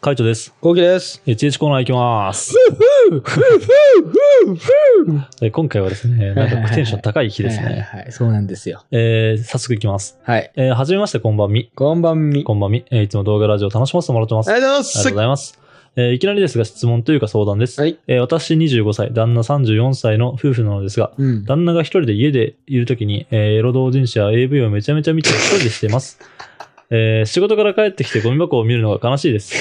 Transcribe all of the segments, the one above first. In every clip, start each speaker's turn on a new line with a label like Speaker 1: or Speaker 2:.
Speaker 1: 会長です。
Speaker 2: コウキです。
Speaker 1: HH コーナー行きます。え今回はですね、なんかテンション高い日です
Speaker 2: はい
Speaker 1: ね。
Speaker 2: はいはい、そうなんですよ。
Speaker 1: えー、早速行きます。
Speaker 2: はい。
Speaker 1: えー、はじめまして、こんばんみ。
Speaker 2: こんばんみ。
Speaker 1: こんばんみ。えー、いつも動画ラジオ楽しませてもらってます。
Speaker 2: あ
Speaker 1: あ
Speaker 2: りが
Speaker 1: りが
Speaker 2: とうご
Speaker 1: と
Speaker 2: ざ
Speaker 1: う
Speaker 2: い
Speaker 1: ご
Speaker 2: ま
Speaker 1: ざいます。えー、いきなりですが、質問というか相談です。
Speaker 2: す。はい。
Speaker 1: えー、私25歳、旦那34歳の夫婦なのですが、
Speaker 2: うん。
Speaker 1: 旦那が一人で家でいるときに、えーエロ同人誌や AV をめちゃめちゃ見て一人でしてます。えー仕事から帰ってきてゴミ箱を見るのが悲しいです。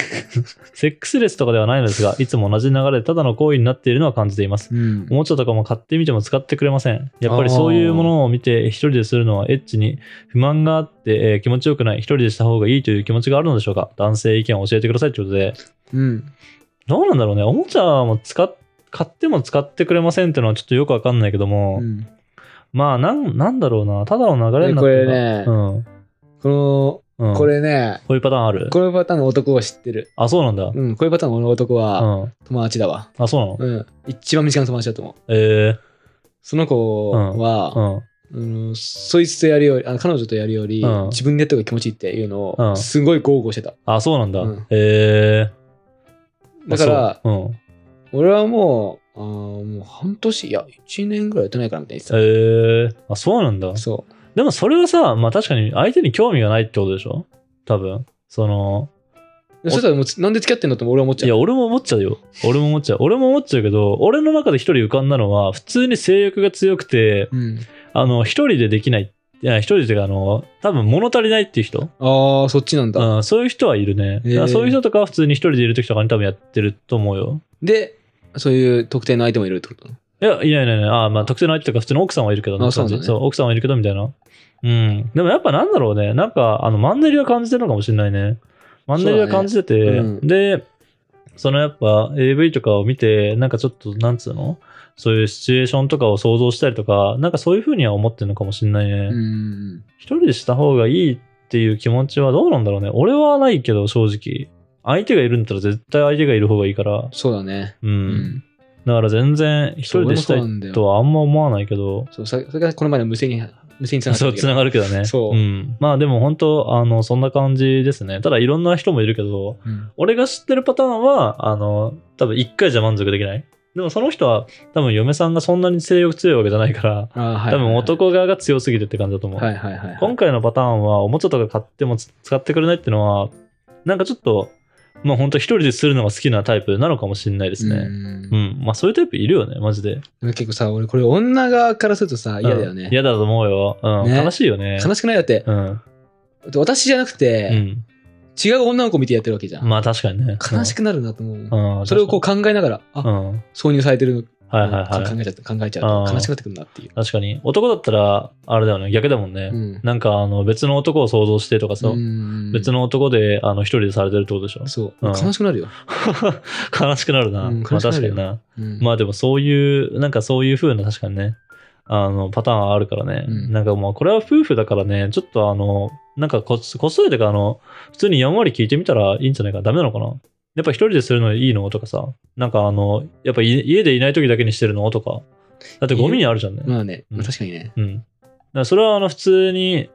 Speaker 1: セックスレスとかではないのですが、いつも同じ流れでただの行為になっているのは感じています。
Speaker 2: うん
Speaker 1: おもちゃとかも買ってみても使ってくれません。やっぱりそういうものを見て一人でするのはエッチに不満があって、えー気持ちよくない、一人でした方がいいという気持ちがあるのでしょうか男性意見を教えてくださいということで、
Speaker 2: うん。
Speaker 1: どうなんだろうね。おもちゃも使っ買っても使ってくれませんっていうのはちょっとよくわかんないけども、
Speaker 2: うん
Speaker 1: まあなん、なんだろうな。ただの流れにな
Speaker 2: で
Speaker 1: っ
Speaker 2: こ
Speaker 1: て
Speaker 2: れ
Speaker 1: るな
Speaker 2: ね
Speaker 1: う、ん。
Speaker 2: こ
Speaker 1: うん、
Speaker 2: の、こ。れね、
Speaker 1: こういうパターンある
Speaker 2: このパターンの男は知ってる。
Speaker 1: あ、そうなんだ。う
Speaker 2: うん、こういうパターンの男は
Speaker 1: ん。
Speaker 2: 友達だわ。
Speaker 1: あ、そうなの、
Speaker 2: うん。一番身近な友達だと思う。
Speaker 1: え
Speaker 2: その子
Speaker 1: ー、う
Speaker 2: は、
Speaker 1: ん。
Speaker 2: うんそいつとやるより、あの彼女とやるより
Speaker 1: うん、
Speaker 2: 自分でやった方が気持ちいいっていうの
Speaker 1: う
Speaker 2: を、
Speaker 1: ん
Speaker 2: すごい豪語してた。
Speaker 1: あ、そうなんだ。
Speaker 2: うん
Speaker 1: えー、
Speaker 2: だから
Speaker 1: あ、そううん。
Speaker 2: 俺はもう、あーもう半年、いや、1年ぐらいやってないからみたいな言って
Speaker 1: えー、あ、そうなんだ
Speaker 2: た。。そう。
Speaker 1: でもそれはさ、まあ確かに相手に興味がないってことでしょ多分。その、
Speaker 2: でそしたらもうつ、なんで付き合ってんのって俺は思っち
Speaker 1: い
Speaker 2: ゃ
Speaker 1: や、
Speaker 2: う。
Speaker 1: 俺も思っちゃうよ。俺も思っちゃう。俺も思っちゃうけど、俺の中で一人浮かんだのは、普通に性欲が強くて、
Speaker 2: うん、
Speaker 1: あの、一人でできない。いや、一人でてか、あの、多分物足りないっていう人
Speaker 2: ああ、そっちなんだ。
Speaker 1: うん、そういう人はいるね。
Speaker 2: へー
Speaker 1: だからそういう人とかは普通に一人でいる時とかに多分やってると思うよ。
Speaker 2: で、そういう特定の相手もいるってこと
Speaker 1: いや、いやいやいや、あーまあ特定の相手とか普通の奥さんはいるけど
Speaker 2: あそうなんだね
Speaker 1: そう、奥さんはいるけどみたいな。うん。でもやっぱなんだろうね。なんか、あの、マンネリは感じてるのかもしれないね。マンネリは感じてて、
Speaker 2: そうだねうん
Speaker 1: で、そのやっぱ AV とかを見て、なんかちょっと、なんつうのそういうシチュエーションとかを想像したりとか、なんかそういうふうには思ってるのかもしれないね。
Speaker 2: うん。
Speaker 1: 一人でした方がいいっていう気持ちはどうなんだろうね。俺はないけど、正直。相手がいるんだったら絶対相手がいる方がいいから。
Speaker 2: そうだね。
Speaker 1: うん。
Speaker 2: うん。
Speaker 1: だから全然一人でした
Speaker 2: そう俺もそうないんだよ
Speaker 1: とはあんま思わないけど。
Speaker 2: そう、さそれがこの前の無線に、無線につながった
Speaker 1: そ
Speaker 2: ん
Speaker 1: う、
Speaker 2: だけ
Speaker 1: つ
Speaker 2: ど
Speaker 1: ながるけどね。
Speaker 2: そ
Speaker 1: う
Speaker 2: う
Speaker 1: ん。まあでも本当、あの、そんな感じですね。ただいろんな人もいるけど、
Speaker 2: うん
Speaker 1: 俺が知ってるパターンは、あの、多分一回じゃ満足できない。でもその人は多分嫁さんがそんなに性欲強いわけじゃないから、
Speaker 2: あーはい。
Speaker 1: 多分。男側が強すぎてって感じだと思う。
Speaker 2: はいはいはい。
Speaker 1: 今回のパターンはおもちゃとか買ってもつ使ってくれないってのはなんかちょっとまあ本当一人でするのが好きなタイプなのかもしれないです
Speaker 2: う
Speaker 1: ね
Speaker 2: ん
Speaker 1: うん、まあそういうタイプいるよねマジで
Speaker 2: でも結構さ、俺これ女側からするとさ、嫌だよね
Speaker 1: うん。嫌だと思うよ、うん
Speaker 2: ね
Speaker 1: 悲しいよね
Speaker 2: 悲しくないだって
Speaker 1: う、ん、
Speaker 2: 私じゃなく
Speaker 1: う
Speaker 2: て、
Speaker 1: ん、
Speaker 2: 違う女の子見てやってるわけじゃん。
Speaker 1: まあ確かにね
Speaker 2: 悲し
Speaker 1: く、
Speaker 2: くなるなと思う。
Speaker 1: うん、
Speaker 2: それをこう
Speaker 1: 確
Speaker 2: 考えながら、
Speaker 1: か
Speaker 2: あ、
Speaker 1: にうん
Speaker 2: 挿入されてるの
Speaker 1: はいはいは
Speaker 2: 考
Speaker 1: い
Speaker 2: えちゃって考えちゃう
Speaker 1: あ
Speaker 2: と
Speaker 1: ー
Speaker 2: 悲しくなってくるなっていう。
Speaker 1: 確かに男だったらあれだよね逆だもんね、
Speaker 2: うん
Speaker 1: なんかあの別の男を想像してとかさ、
Speaker 2: うん
Speaker 1: 別の男であの一人でされてるってことでしょ
Speaker 2: そう
Speaker 1: うん
Speaker 2: 悲しくなるよ、
Speaker 1: 悲しくなるな、
Speaker 2: うん
Speaker 1: まあ
Speaker 2: 悲しく
Speaker 1: 確
Speaker 2: な
Speaker 1: か
Speaker 2: るよ
Speaker 1: にな
Speaker 2: うん
Speaker 1: まあでもそういう、なんかそういう風な確かにね、あの、パターンあるからね。
Speaker 2: うん
Speaker 1: なんかもうこれは夫婦だからね、ちょっとあの、なんかここっそりというか、あの、普通にやんわり聞いてみたらいいんじゃないかな。ダメなのかなやっぱ一人でするのいいのとかさ、なんかあの、やっぱい家でいない時だけにしてるのとか。だってゴミにあるじゃんね。
Speaker 2: まあね、
Speaker 1: うん
Speaker 2: 確かにね
Speaker 1: うん。だからそれはあの、普通に、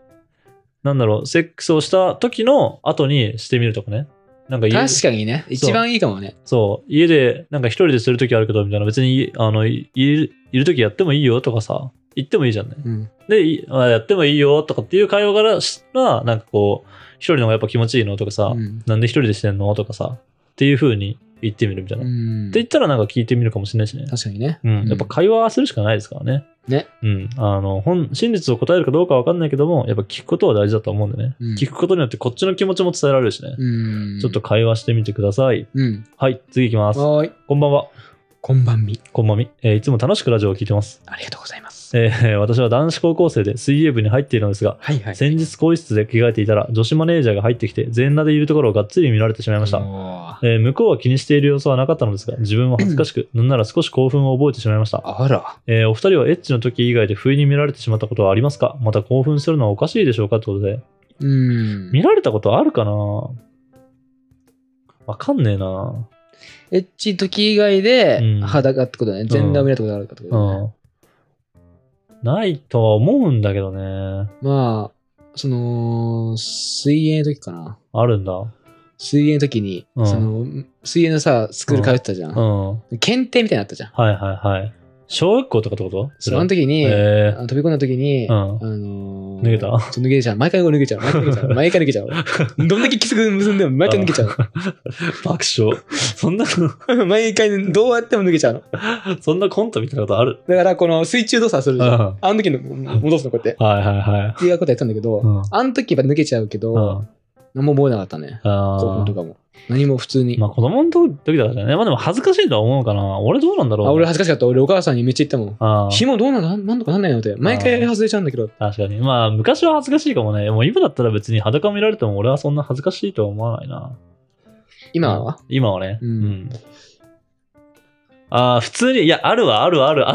Speaker 1: なんだろう、セックスをした時の後にしてみるとかね。なんか家
Speaker 2: 確かにね一番いいかもね
Speaker 1: そう、家で、なんか一人でするときあるけど、みたいな、別に、あの、いいるいるときやってもいいよとかさ、言ってもいいじゃんね。
Speaker 2: うん
Speaker 1: で、いあやってもいいよとかっていう会話からしたら、なんかこう、一人の方がやっぱ気持ちいいのとかさ、
Speaker 2: うん
Speaker 1: なんで一人でしてんのとかさ、っていう風に言ってみるみたいな。っ
Speaker 2: う
Speaker 1: て
Speaker 2: ん
Speaker 1: 言ったらなんか聞いてみるかもしれないしね。
Speaker 2: 確かにね
Speaker 1: うん、やっぱ会話するしかないですからね。
Speaker 2: ね。
Speaker 1: うん。あの、本、真実を答えるかどうかわかんないけども、やっぱ聞くことは大事だと思うんでね。
Speaker 2: うん
Speaker 1: 聞くことによってこっちの気持ちも伝えられるしね。
Speaker 2: うん
Speaker 1: ちょっと会話してみてください。
Speaker 2: うん
Speaker 1: はい、次行きます。
Speaker 2: はーい
Speaker 1: こんばんは。
Speaker 2: こんばんみ
Speaker 1: こんばんみ。えーいつも楽しくラジオを聞いてます。
Speaker 2: ありがとうございます
Speaker 1: えー 私は男子高校生で水泳部に入っているのですが、
Speaker 2: はいはい
Speaker 1: 先日更衣室で着替えていたら、女子マネージャーが入ってきて、全裸でいるところをがっつり見られてしまいました。
Speaker 2: あ
Speaker 1: えー向こうは気にしている様子はなかったのですが、自分は恥ずかしく、なんなら少し興奮を覚えてしまいました。
Speaker 2: ら
Speaker 1: えーお二人はエッチの時以外で不意に見られてしまったことはありますかまた興奮するのはおかしいでしょうかということで。
Speaker 2: うん
Speaker 1: 見られたことあるかなわかんねえな
Speaker 2: エッチ時以外で
Speaker 1: うん
Speaker 2: 裸ってことだね全裸を見られたことあるかってことだね
Speaker 1: うん。ないとは思うんだけどね。
Speaker 2: まあその水泳の時かな
Speaker 1: あるんだ。
Speaker 2: 水泳の時に、
Speaker 1: うん
Speaker 2: その、水泳のさ、スクール通ってたじゃ。
Speaker 1: うんん。はい
Speaker 2: 検定みたいになのあったじゃん。
Speaker 1: はいはい。小学校とかってこと
Speaker 2: その
Speaker 1: 時
Speaker 2: 時に、
Speaker 1: え
Speaker 2: あの飛び込んだ時に、
Speaker 1: ー。うん
Speaker 2: あ。のー
Speaker 1: 脱げた
Speaker 2: そう脱げちゃう。毎回脱げちゃう。毎回脱げちゃう。毎回脱げちゃ う。どんだけ規則結んでも毎回脱げちゃう。
Speaker 1: 爆笑。 そんな、
Speaker 2: 毎回どうやっても脱げちゃうの。
Speaker 1: そんなコントみたいなことある
Speaker 2: だから、この水中動作する
Speaker 1: うん。
Speaker 2: じゃん。
Speaker 1: は
Speaker 2: あの時の戻すの、こうやって。
Speaker 1: いはいはい
Speaker 2: っていうことやったんだけど、。
Speaker 1: うん。
Speaker 2: あの時は抜けちゃうけ
Speaker 1: う
Speaker 2: ど、
Speaker 1: ん。
Speaker 2: 何も覚えなかったね。
Speaker 1: あ
Speaker 2: 興奮
Speaker 1: ー
Speaker 2: とかも。何も普通に。
Speaker 1: まあ子供の時だからね。まあでも恥ずかしいとは思うかな。俺どうなんだろう。
Speaker 2: あ俺恥ずかしかった。俺お母さんにめっちゃ言ったもん。
Speaker 1: あー
Speaker 2: 紐どうなんだなんとかなんないのって。毎回外れちゃうんだけど。
Speaker 1: 確かに。まあ昔は恥ずかしいかもね。もう今だったら別に裸見られても俺はそんな恥ずかしいとは思わないな。
Speaker 2: 今は
Speaker 1: 今はね。
Speaker 2: う
Speaker 1: うんん。ああ、普通に、いや、あるわ、あるわ、ある。
Speaker 2: あ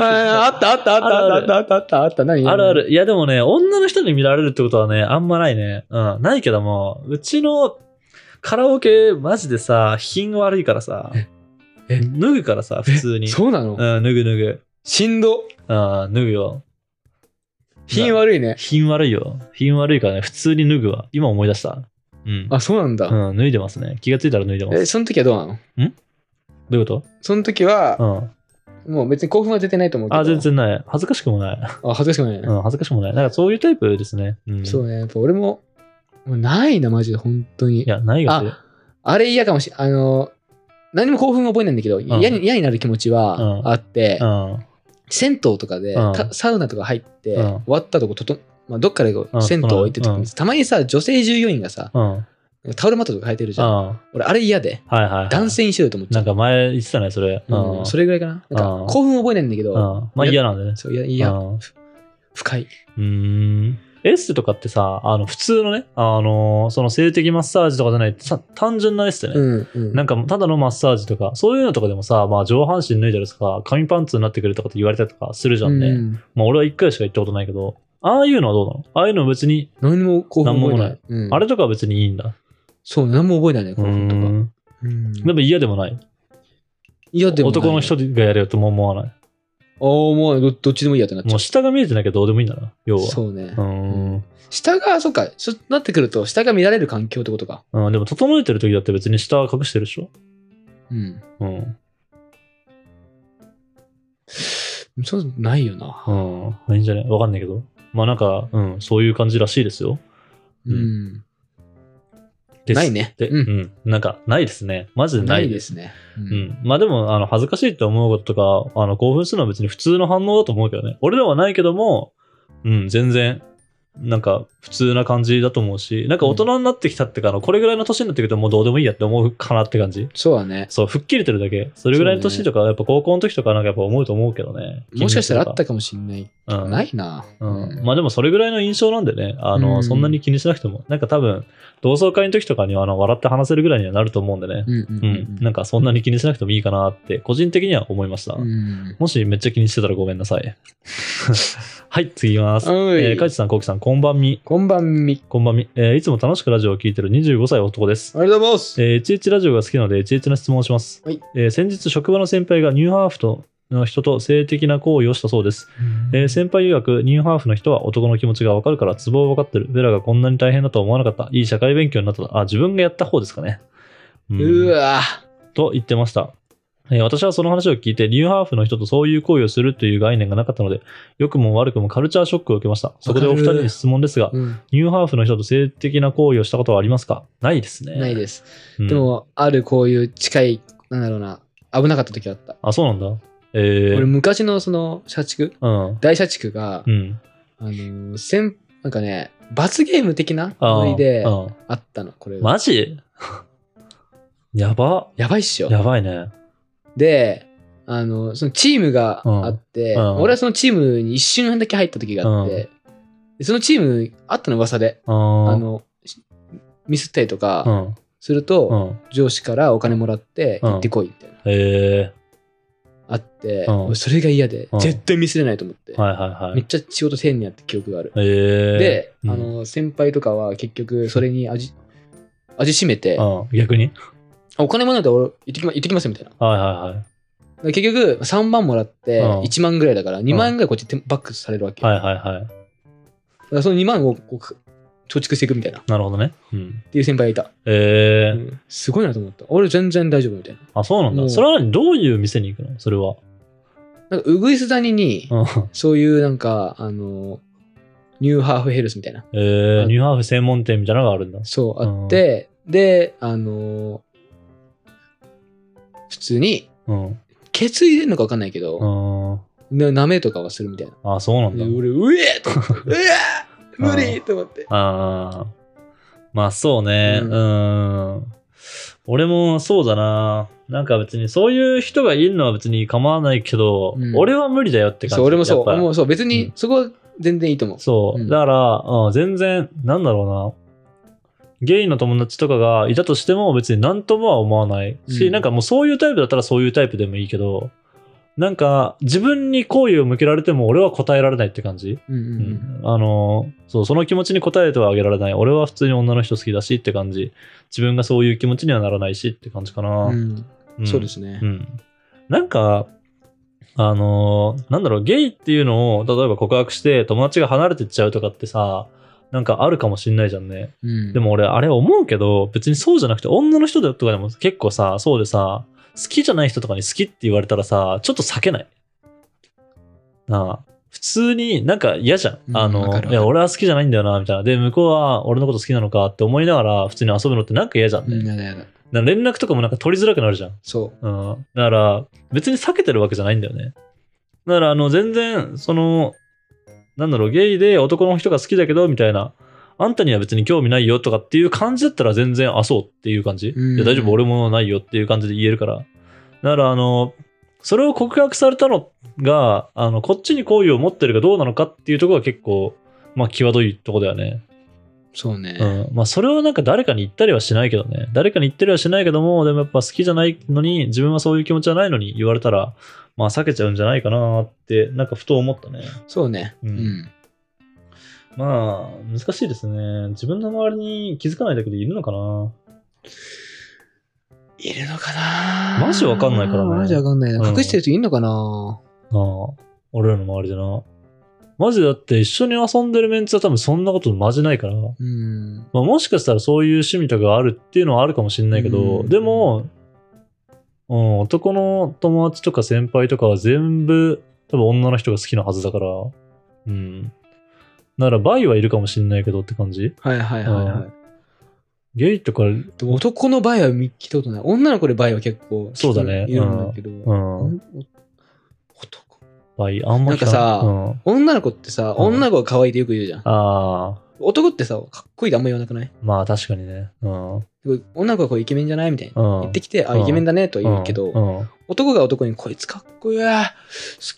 Speaker 2: ああったあったあったあったあったあったあった。何
Speaker 1: あるあ。る。いや、でもね、女の人に見られるってことはね、あんまないね。うん。ないけども、うちのカラオケ、マジでさ、品悪いからさ、
Speaker 2: え
Speaker 1: 脱ぐからさ、普通に。
Speaker 2: そうなの
Speaker 1: うん、脱ぐ脱ぐ。
Speaker 2: しんど。
Speaker 1: うん、脱ぐよ。
Speaker 2: 品悪いね。
Speaker 1: 品悪いよ。品悪いからね、普通に脱ぐわ。今思い出した。うん。
Speaker 2: あ、そうなんだ。
Speaker 1: うん、脱いでますね。気がついたら脱いでます。
Speaker 2: え、その時はどうなの
Speaker 1: どういうこ
Speaker 2: その時は
Speaker 1: と、うん。
Speaker 2: もう別に興奮は出てないと思うけど。
Speaker 1: あ、全。然ない。恥ずかしくもない。
Speaker 2: あ、恥ずかしくないね
Speaker 1: う。ん、恥ずかしくもない。なんかそういうタイプですね。うん。
Speaker 2: そうね。やっぱ俺も、もうないな、マジで、本当
Speaker 1: い。
Speaker 2: に
Speaker 1: や、ないよって。
Speaker 2: ああれ嫌かもしれあの、何も興奮は覚えないんだけど、嫌に嫌になる気持ちは
Speaker 1: うん
Speaker 2: あって、
Speaker 1: うん。
Speaker 2: 銭湯とかで、
Speaker 1: うん
Speaker 2: かサウナとか入って、
Speaker 1: うん
Speaker 2: 終わったとこ、ととまあ、どっからこう
Speaker 1: うん
Speaker 2: 銭湯行ってる時に、
Speaker 1: うん
Speaker 2: たまにさ、女性従業員がさ、
Speaker 1: うん。うん。
Speaker 2: タオルマットとか履いてるじゃん。
Speaker 1: はい
Speaker 2: 俺、あれ嫌で、
Speaker 1: はいはい。
Speaker 2: 男性にしようと思っちゃ
Speaker 1: な。
Speaker 2: うん
Speaker 1: か前言ってたね、それ。
Speaker 2: うん
Speaker 1: うん。
Speaker 2: それぐらいかな。なん
Speaker 1: う
Speaker 2: か
Speaker 1: ん
Speaker 2: 興奮は覚えないんだけ
Speaker 1: う
Speaker 2: ど、
Speaker 1: ん。まあ嫌なんだね。
Speaker 2: そういや、いや、
Speaker 1: うんう
Speaker 2: 深い。
Speaker 1: ーん。エステとかってさ、あの、普通のね、あの、その性的マッサージとかじゃない、さ単純なエステね。
Speaker 2: うん、うん。
Speaker 1: なんか、ただのマッサージとか、そういうのとかでもさ、まあ、上半身脱いだりとか、紙パンツになってくるとかって言われたりとかするじゃんね。
Speaker 2: うん
Speaker 1: まあ、俺は一回しか行ったことないけど、ああいうのはどうなのああいうの別に、
Speaker 2: 何も興奮覚えない。
Speaker 1: なん
Speaker 2: うん
Speaker 1: あれとかは別にいいんだ。
Speaker 2: そう、何も覚えないね、興
Speaker 1: う
Speaker 2: 奮とか。
Speaker 1: ん。
Speaker 2: うん
Speaker 1: でも嫌でもない。
Speaker 2: いや、でもない。
Speaker 1: 男の人がやるよとも思わない。
Speaker 2: ああ、もうどどっちでもいいやってなっちゃ
Speaker 1: もう下が見えてなきゃどうでもいいんだな、要
Speaker 2: う。
Speaker 1: は。
Speaker 2: そうね
Speaker 1: う。ん。
Speaker 2: 下が、そっか、そうなってくると、下が見られる環境ってことか。
Speaker 1: うん、でも整えてる時だって別に下は隠してるでしょ
Speaker 2: うん。
Speaker 1: うん。
Speaker 2: そう、ないよな。
Speaker 1: うん。いいんじゃないわかんないけど。まあなんか、うん、そういう感じらしいですよ。
Speaker 2: う
Speaker 1: うん
Speaker 2: ん。
Speaker 1: です
Speaker 2: ないね
Speaker 1: で、
Speaker 2: う
Speaker 1: うんん。なんか、ないですね。マジでな
Speaker 2: ないい
Speaker 1: で。
Speaker 2: ですすね。
Speaker 1: うん。まあでも、あの、恥ずかしいって思うこととか、あの、興奮するのは別に普通の反応だと思うけどね。俺らはないけども、うん、全然、なんか、普通な感じだと思うし、なんか大人になってきたってか、あのこれぐらいの年になってくるともうどうでもいいやって思うかなって感じ。
Speaker 2: そうだね。
Speaker 1: そう、吹っ切れてるだけ。それぐらいの年とか、やっぱ高校の時とかなんかやっぱ思うと思うけどね。
Speaker 2: もしかしたらあっ
Speaker 1: 筋
Speaker 2: たかもしんない。
Speaker 1: 肉とかうん、
Speaker 2: ないな。
Speaker 1: うん、まあでもそれぐらいの印象なんでね、あの、
Speaker 2: うん
Speaker 1: そんなに気にしなくても、なんか多分、同窓会の時とかにはあの笑って話せるぐらいにはなると思うんでね
Speaker 2: う、んう
Speaker 1: うん、
Speaker 2: ん
Speaker 1: なんかそんなに気にしなくてもいいかなって、個人的には思いました。
Speaker 2: うん。
Speaker 1: もしめっちゃ気にしてたらごめんなさい。 はい、次いきます。え
Speaker 2: おい
Speaker 1: ー、かいちさん、こうきさん、こんばんみ。
Speaker 2: こんばんみ。
Speaker 1: こんばんみ。えーいつも楽しくラジオを聞いてる25歳男です。
Speaker 2: ありがとうございます。
Speaker 1: えー、11ラジオが好きなので、11の質問をします。
Speaker 2: はい
Speaker 1: えー先日、職場の先輩がニューハーフとの人と性的な行為をしたそうです。えー先輩曰く、ニューハーフの人は男の気持ちがわかるから、ツボをわかってる。ベラがこんなに大変だとは思わなかった。いい社会勉強になった。あ、自分がやった方ですかね。うん
Speaker 2: うわ
Speaker 1: と言ってました。えー私はその話を聞いて、ニューハーフの人とそういう行為をするという概念がなかったので、良くも悪くもカルチャーショックを受けました。そこでお二人に質問ですが、
Speaker 2: うん
Speaker 1: ニューハーフの人と性的な行為をしたことはありますかないですね。
Speaker 2: ないです。
Speaker 1: うん
Speaker 2: でも、あるこういう近い、なんだろうな、危なかった時あった。
Speaker 1: あ、そうなんだ。え
Speaker 2: 俺、
Speaker 1: ー、
Speaker 2: 昔のその、社畜
Speaker 1: うん。
Speaker 2: 大社畜が
Speaker 1: う、ん。
Speaker 2: あの、先、なんかね、罰ゲーム的な
Speaker 1: あ
Speaker 2: ノリで
Speaker 1: あ
Speaker 2: あったの、これ。
Speaker 1: マジ やば。
Speaker 2: やばいっしょ。
Speaker 1: やばいね。
Speaker 2: で、あの、そのチームがあって、
Speaker 1: うんうん
Speaker 2: 俺はそのチームに一瞬だけ入った時があって、でそのチーム、あったの噂で、
Speaker 1: あ
Speaker 2: あ
Speaker 1: の、
Speaker 2: の、しミスったりと
Speaker 1: う
Speaker 2: か
Speaker 1: ん。
Speaker 2: すると、
Speaker 1: うん。
Speaker 2: 上司からお金もらって、
Speaker 1: うん
Speaker 2: 行ってこいみたいな、
Speaker 1: え
Speaker 2: あって、
Speaker 1: うん
Speaker 2: 俺それが嫌で、
Speaker 1: うん
Speaker 2: 絶対ミスれないと思って、
Speaker 1: ー、はいはいは
Speaker 2: めっ
Speaker 1: い。
Speaker 2: ちゃ仕事丁寧にやった記憶がある。
Speaker 1: えー、
Speaker 2: で、
Speaker 1: うん
Speaker 2: あ、の、先輩とかは結局、それに味、味しめて、
Speaker 1: うん、逆に
Speaker 2: お金もらうと俺、行ってきま、行ってきますよみたいな。
Speaker 1: はいはいはい。
Speaker 2: で結局3万もらって
Speaker 1: うん
Speaker 2: 1万ぐらいだから2万円ぐらいこっち手バックされるわけ、
Speaker 1: はいはいはい。
Speaker 2: だからその2万をこう貯蓄していくみたいな、っ
Speaker 1: なるほどね。うん。
Speaker 2: ていう先輩がいた。
Speaker 1: えー
Speaker 2: うんすごいなと思った。俺全然大丈夫みたいな。
Speaker 1: あ、そうなん
Speaker 2: も
Speaker 1: だ。
Speaker 2: う
Speaker 1: それは何どういう店に行くのそれは。
Speaker 2: なんか、ウグイス谷に、
Speaker 1: うん
Speaker 2: そういうなんか、あの、ニューハーフヘルスみたいな、
Speaker 1: えー
Speaker 2: あ
Speaker 1: ニューハーフ専門店みたいなのがあるんだ。
Speaker 2: そう、あって、で、あの、普通に、
Speaker 1: うん。
Speaker 2: ケツ入れるのか分かんないけど、
Speaker 1: うん。
Speaker 2: な舐めとかはするみたいな。
Speaker 1: あ、そうなん
Speaker 2: で
Speaker 1: だ。
Speaker 2: 俺、うえと思って、うえ 無理と思って。
Speaker 1: ああ。まあそうね。う
Speaker 2: うん
Speaker 1: ん。俺もそうだな。なんか別にそういう人がいるのは別に構わないけど、
Speaker 2: うん
Speaker 1: 俺は無理だよって感じ。
Speaker 2: そう、俺もそう。
Speaker 1: やっぱ
Speaker 2: もうそう、別
Speaker 1: うん
Speaker 2: に、そこは全然いいと思う。
Speaker 1: そう、
Speaker 2: うん
Speaker 1: だから、うん、全然、なんだろうな。ゲイの友達とかがいたとしても別に何ともは思わないし、
Speaker 2: うん
Speaker 1: なんかもうそういうタイプだったらそういうタイプでもいいけど、なんか自分に好意を向けられても俺は答えられないって感じ。
Speaker 2: うんうんうん。
Speaker 1: あのそうその気持ちに応えてはあげられない俺は普通に女の人好きだしって感じ自分がそういう気持ちにはならないしって感じかな、
Speaker 2: うん
Speaker 1: ん
Speaker 2: そうですね
Speaker 1: う。ん、なんかあのなんだろうゲイっていうのを例えば告白して友達が離れてっちゃうとかってさなんかあるかもしんないじゃんね
Speaker 2: うん
Speaker 1: で、も俺あれ思うけど別にそうじゃなくて女の人とかでも結構さそうでさ好きじゃない人とかに好きって言われたらさちょっと避けないなあ普通になんか嫌じゃん、
Speaker 2: うん
Speaker 1: あ
Speaker 2: わか
Speaker 1: の
Speaker 2: るわかる
Speaker 1: いや俺は好きじゃないんだよなみたいなで向こうは俺のこと好きなのかって思いながら普通に遊ぶのってなんか嫌じゃん
Speaker 2: う
Speaker 1: ね、
Speaker 2: ん、やだやだ。
Speaker 1: なんか連絡とかもなんか取りづらくなるじゃん
Speaker 2: そう。
Speaker 1: うん、だから別に避けてるわけじゃないんだよね。だからあの全然そのなんだろうゲイで男の人が好きだけどみたいなあんたには別に興味ないよとかっていう感じだったら全然あそうっていう感じ、
Speaker 2: うん
Speaker 1: いや大丈夫俺もないよっていう感じで言えるからだからあのそれを告白されたのがあのこっちに好意を持ってるかどうなのかっていうところが結構まあ際どいとこだよね。
Speaker 2: そうね。
Speaker 1: うん、まあそれをなんか誰かに言ったりはしないけどね誰かに言ったりはしないけどもでもやっぱ好きじゃないのに自分はそういう気持ちじゃないのに言われたらまあ避けちゃうんじゃないかなってなんかふと思ったね
Speaker 2: そうね。
Speaker 1: う
Speaker 2: うんん。
Speaker 1: まあ難しいですね自分の周りに気づかないだけでいるのかない
Speaker 2: るのかな
Speaker 1: マジわかんないからね
Speaker 2: マジわかんないな。
Speaker 1: うん
Speaker 2: 隠してる人いるのかな
Speaker 1: ああ俺らの周りでなマジだって一緒に遊んでるメンツは多分そんなことマジないから、
Speaker 2: うん。
Speaker 1: まあ、もしかしたらそういう趣味とかがあるっていうのはあるかもしれないけど、
Speaker 2: うん
Speaker 1: でも、うん、男の友達とか先輩とかは全部多分女の人が好きなはずだから、うん。ならバイはいるかもしれないけどって感じ
Speaker 2: はいはいはいは
Speaker 1: う
Speaker 2: い。
Speaker 1: ゲイとか、う
Speaker 2: でも男の場合は見聞いたことない。女の子で場合は結構、
Speaker 1: そうだね
Speaker 2: いるんだけど。
Speaker 1: ん、
Speaker 2: うん男
Speaker 1: バイあんま聞い
Speaker 2: なんかさ
Speaker 1: うん、
Speaker 2: 女の子ってさ、
Speaker 1: うん
Speaker 2: 女の子が可愛いってよく言うじゃん。
Speaker 1: ああ、
Speaker 2: 男ってさ、かっこいいってあんま言わなくない
Speaker 1: まあ確かにね。うん。うん。
Speaker 2: 女の子がこうイケメンじゃないみたいな。言ってきて、あ、
Speaker 1: うん
Speaker 2: イケメンだねとは言うけ
Speaker 1: う
Speaker 2: ど、
Speaker 1: んうん
Speaker 2: 男が男に、こいつかっこいいわ好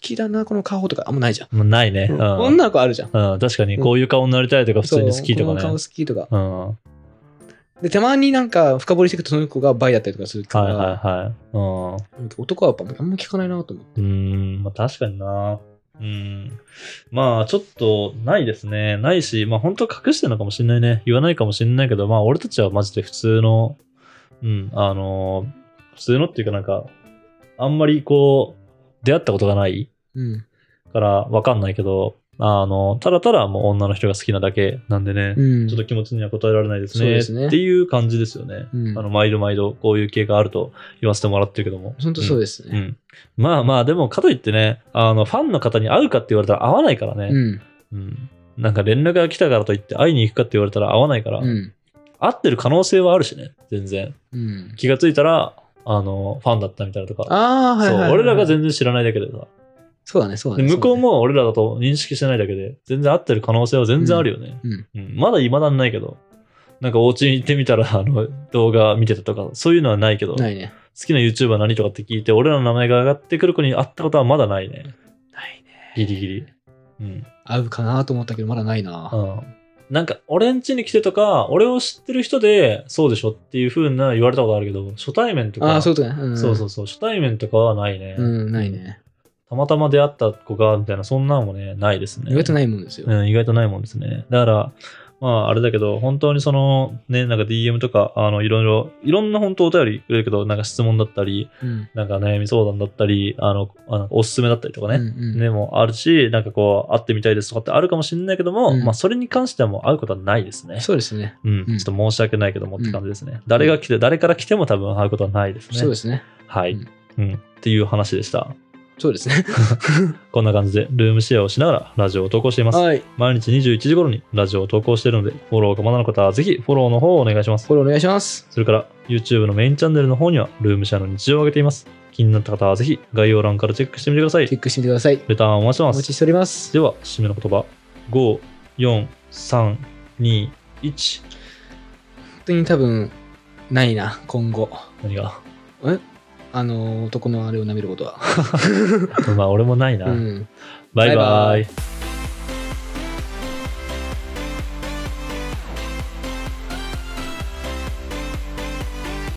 Speaker 2: きだな、この顔とか、あんまないじゃん。
Speaker 1: まあないね。うん。
Speaker 2: 女の子あるじゃん。
Speaker 1: うん、確かに、こういう顔になりたいとか、普通に好き
Speaker 2: そう
Speaker 1: と
Speaker 2: この
Speaker 1: か
Speaker 2: 顔
Speaker 1: ね
Speaker 2: 好。きとか。
Speaker 1: うん。はい
Speaker 2: で、たまになんか深掘りしていくと、その子がバイだったりとかするか
Speaker 1: はい
Speaker 2: ら、
Speaker 1: はい。うん。
Speaker 2: 男はやっぱあんま聞かないなと思う。
Speaker 1: うーん、まあ、確かにな。うん。まあ、ちょっと、ないですね。ないし、まあ、本当隠してるのかもしれないね。言わないかもしれないけど、まあ、俺たちはマジで普通の、うん、あのー普通のっていうかなんか、あんまりこう、出会ったことがない
Speaker 2: うん。
Speaker 1: からわかんないけど、あの、ただただもう女の人が好きなだけなんでね、
Speaker 2: うん。
Speaker 1: ちょっと気持ちには応えられないです
Speaker 2: そう
Speaker 1: ね。
Speaker 2: ですね
Speaker 1: っていう感じですよね。
Speaker 2: うん
Speaker 1: あの、毎度毎度こういう系があると言わせてもらってるけども。
Speaker 2: 本当そうです
Speaker 1: う
Speaker 2: ね。
Speaker 1: ん、まあまあでもかといってねあのファンの方に会うかって言われたら会わないから
Speaker 2: う
Speaker 1: ね、
Speaker 2: ん。
Speaker 1: うんなんか連絡が来たからといって会いに行くかって言われたら会わないから、
Speaker 2: うん。
Speaker 1: 会ってる可能性はあるしね全然
Speaker 2: うん。
Speaker 1: 気がついたらあのファンだったみたいなとか、
Speaker 2: ああ、はいはいはい。
Speaker 1: そう俺らが全然知らないだけでさ
Speaker 2: そうだね、そうだ
Speaker 1: で
Speaker 2: ね。
Speaker 1: 向こうも俺らだと認識してないだけで全然会ってる可能性は全然あるよね、
Speaker 2: そうだね。
Speaker 1: うんまだ未だにないけどなんかお家に行ってみたらあの動画見てたとかそういうのはないけど
Speaker 2: うん。ないね。
Speaker 1: 好きな YouTuber 何とかって聞いて俺らの名前が上がってくる子に会ったことはまだないね
Speaker 2: ないね。
Speaker 1: ギリギリ。うん。
Speaker 2: 合うかなと思ったけど、まだないな。
Speaker 1: うん、なんか、俺ん家に来てとか、俺を知ってる人で、そうでしょっていう風な言われたことあるけど、初対面とか、
Speaker 2: ああ、そううだね。うん。
Speaker 1: そうそうそう初対面とかはないね、
Speaker 2: うん、ないね。
Speaker 1: たまたま出会った子が、みたいな、そんなんもね、ないですね。
Speaker 2: 意外とないもんですよ。
Speaker 1: うん、意外とないもんですね。だから、まあ、あれだけど、本当にその、ね、なんか DM とか、あの、いろいろ、いろんな本当お便りくれるけど、なんか質問だったり、
Speaker 2: うん
Speaker 1: なんか悩み相談だったり、あの、あのおすすめだったりとかね、
Speaker 2: うんうん
Speaker 1: ね、もあるし、なんかこう、会ってみたいですとかってあるかもしれないけども、
Speaker 2: うん
Speaker 1: まあ、それに関してはもう会うことはないですね。
Speaker 2: そうですね。
Speaker 1: うん、
Speaker 2: うん
Speaker 1: ちょっと申し訳ないけどもって感じですね。誰が来て、誰から来ても多分会うことはないですね。
Speaker 2: そうですね。
Speaker 1: はい、
Speaker 2: うん
Speaker 1: うん。っていう話でした。
Speaker 2: そうですね。
Speaker 1: こんな感じで、ルームシェアをしながらラジオを投稿しています。
Speaker 2: はい。
Speaker 1: 毎日21時頃にラジオを投稿しているので、フォローがまだの方はぜひフォローの方をお願いします。
Speaker 2: フォローお願いします。
Speaker 1: それから YouTube のメインチャンネルの方にはルームシェアの日常を上げています。気になった方はぜひ概要欄からチェックしてみてください
Speaker 2: チェ。ックしてみてください。
Speaker 1: レターンお待ちして
Speaker 2: お
Speaker 1: ま
Speaker 2: 待
Speaker 1: す
Speaker 2: ち。しております。
Speaker 1: では、締めの言葉。5、4、3、2、1。
Speaker 2: 本当に多分、ないな、今後。
Speaker 1: 何が
Speaker 2: あの、男のあれを舐めることは。
Speaker 1: まあ、俺もないな。
Speaker 2: うん。
Speaker 1: バイバ
Speaker 2: バイバ
Speaker 1: イ
Speaker 2: イ。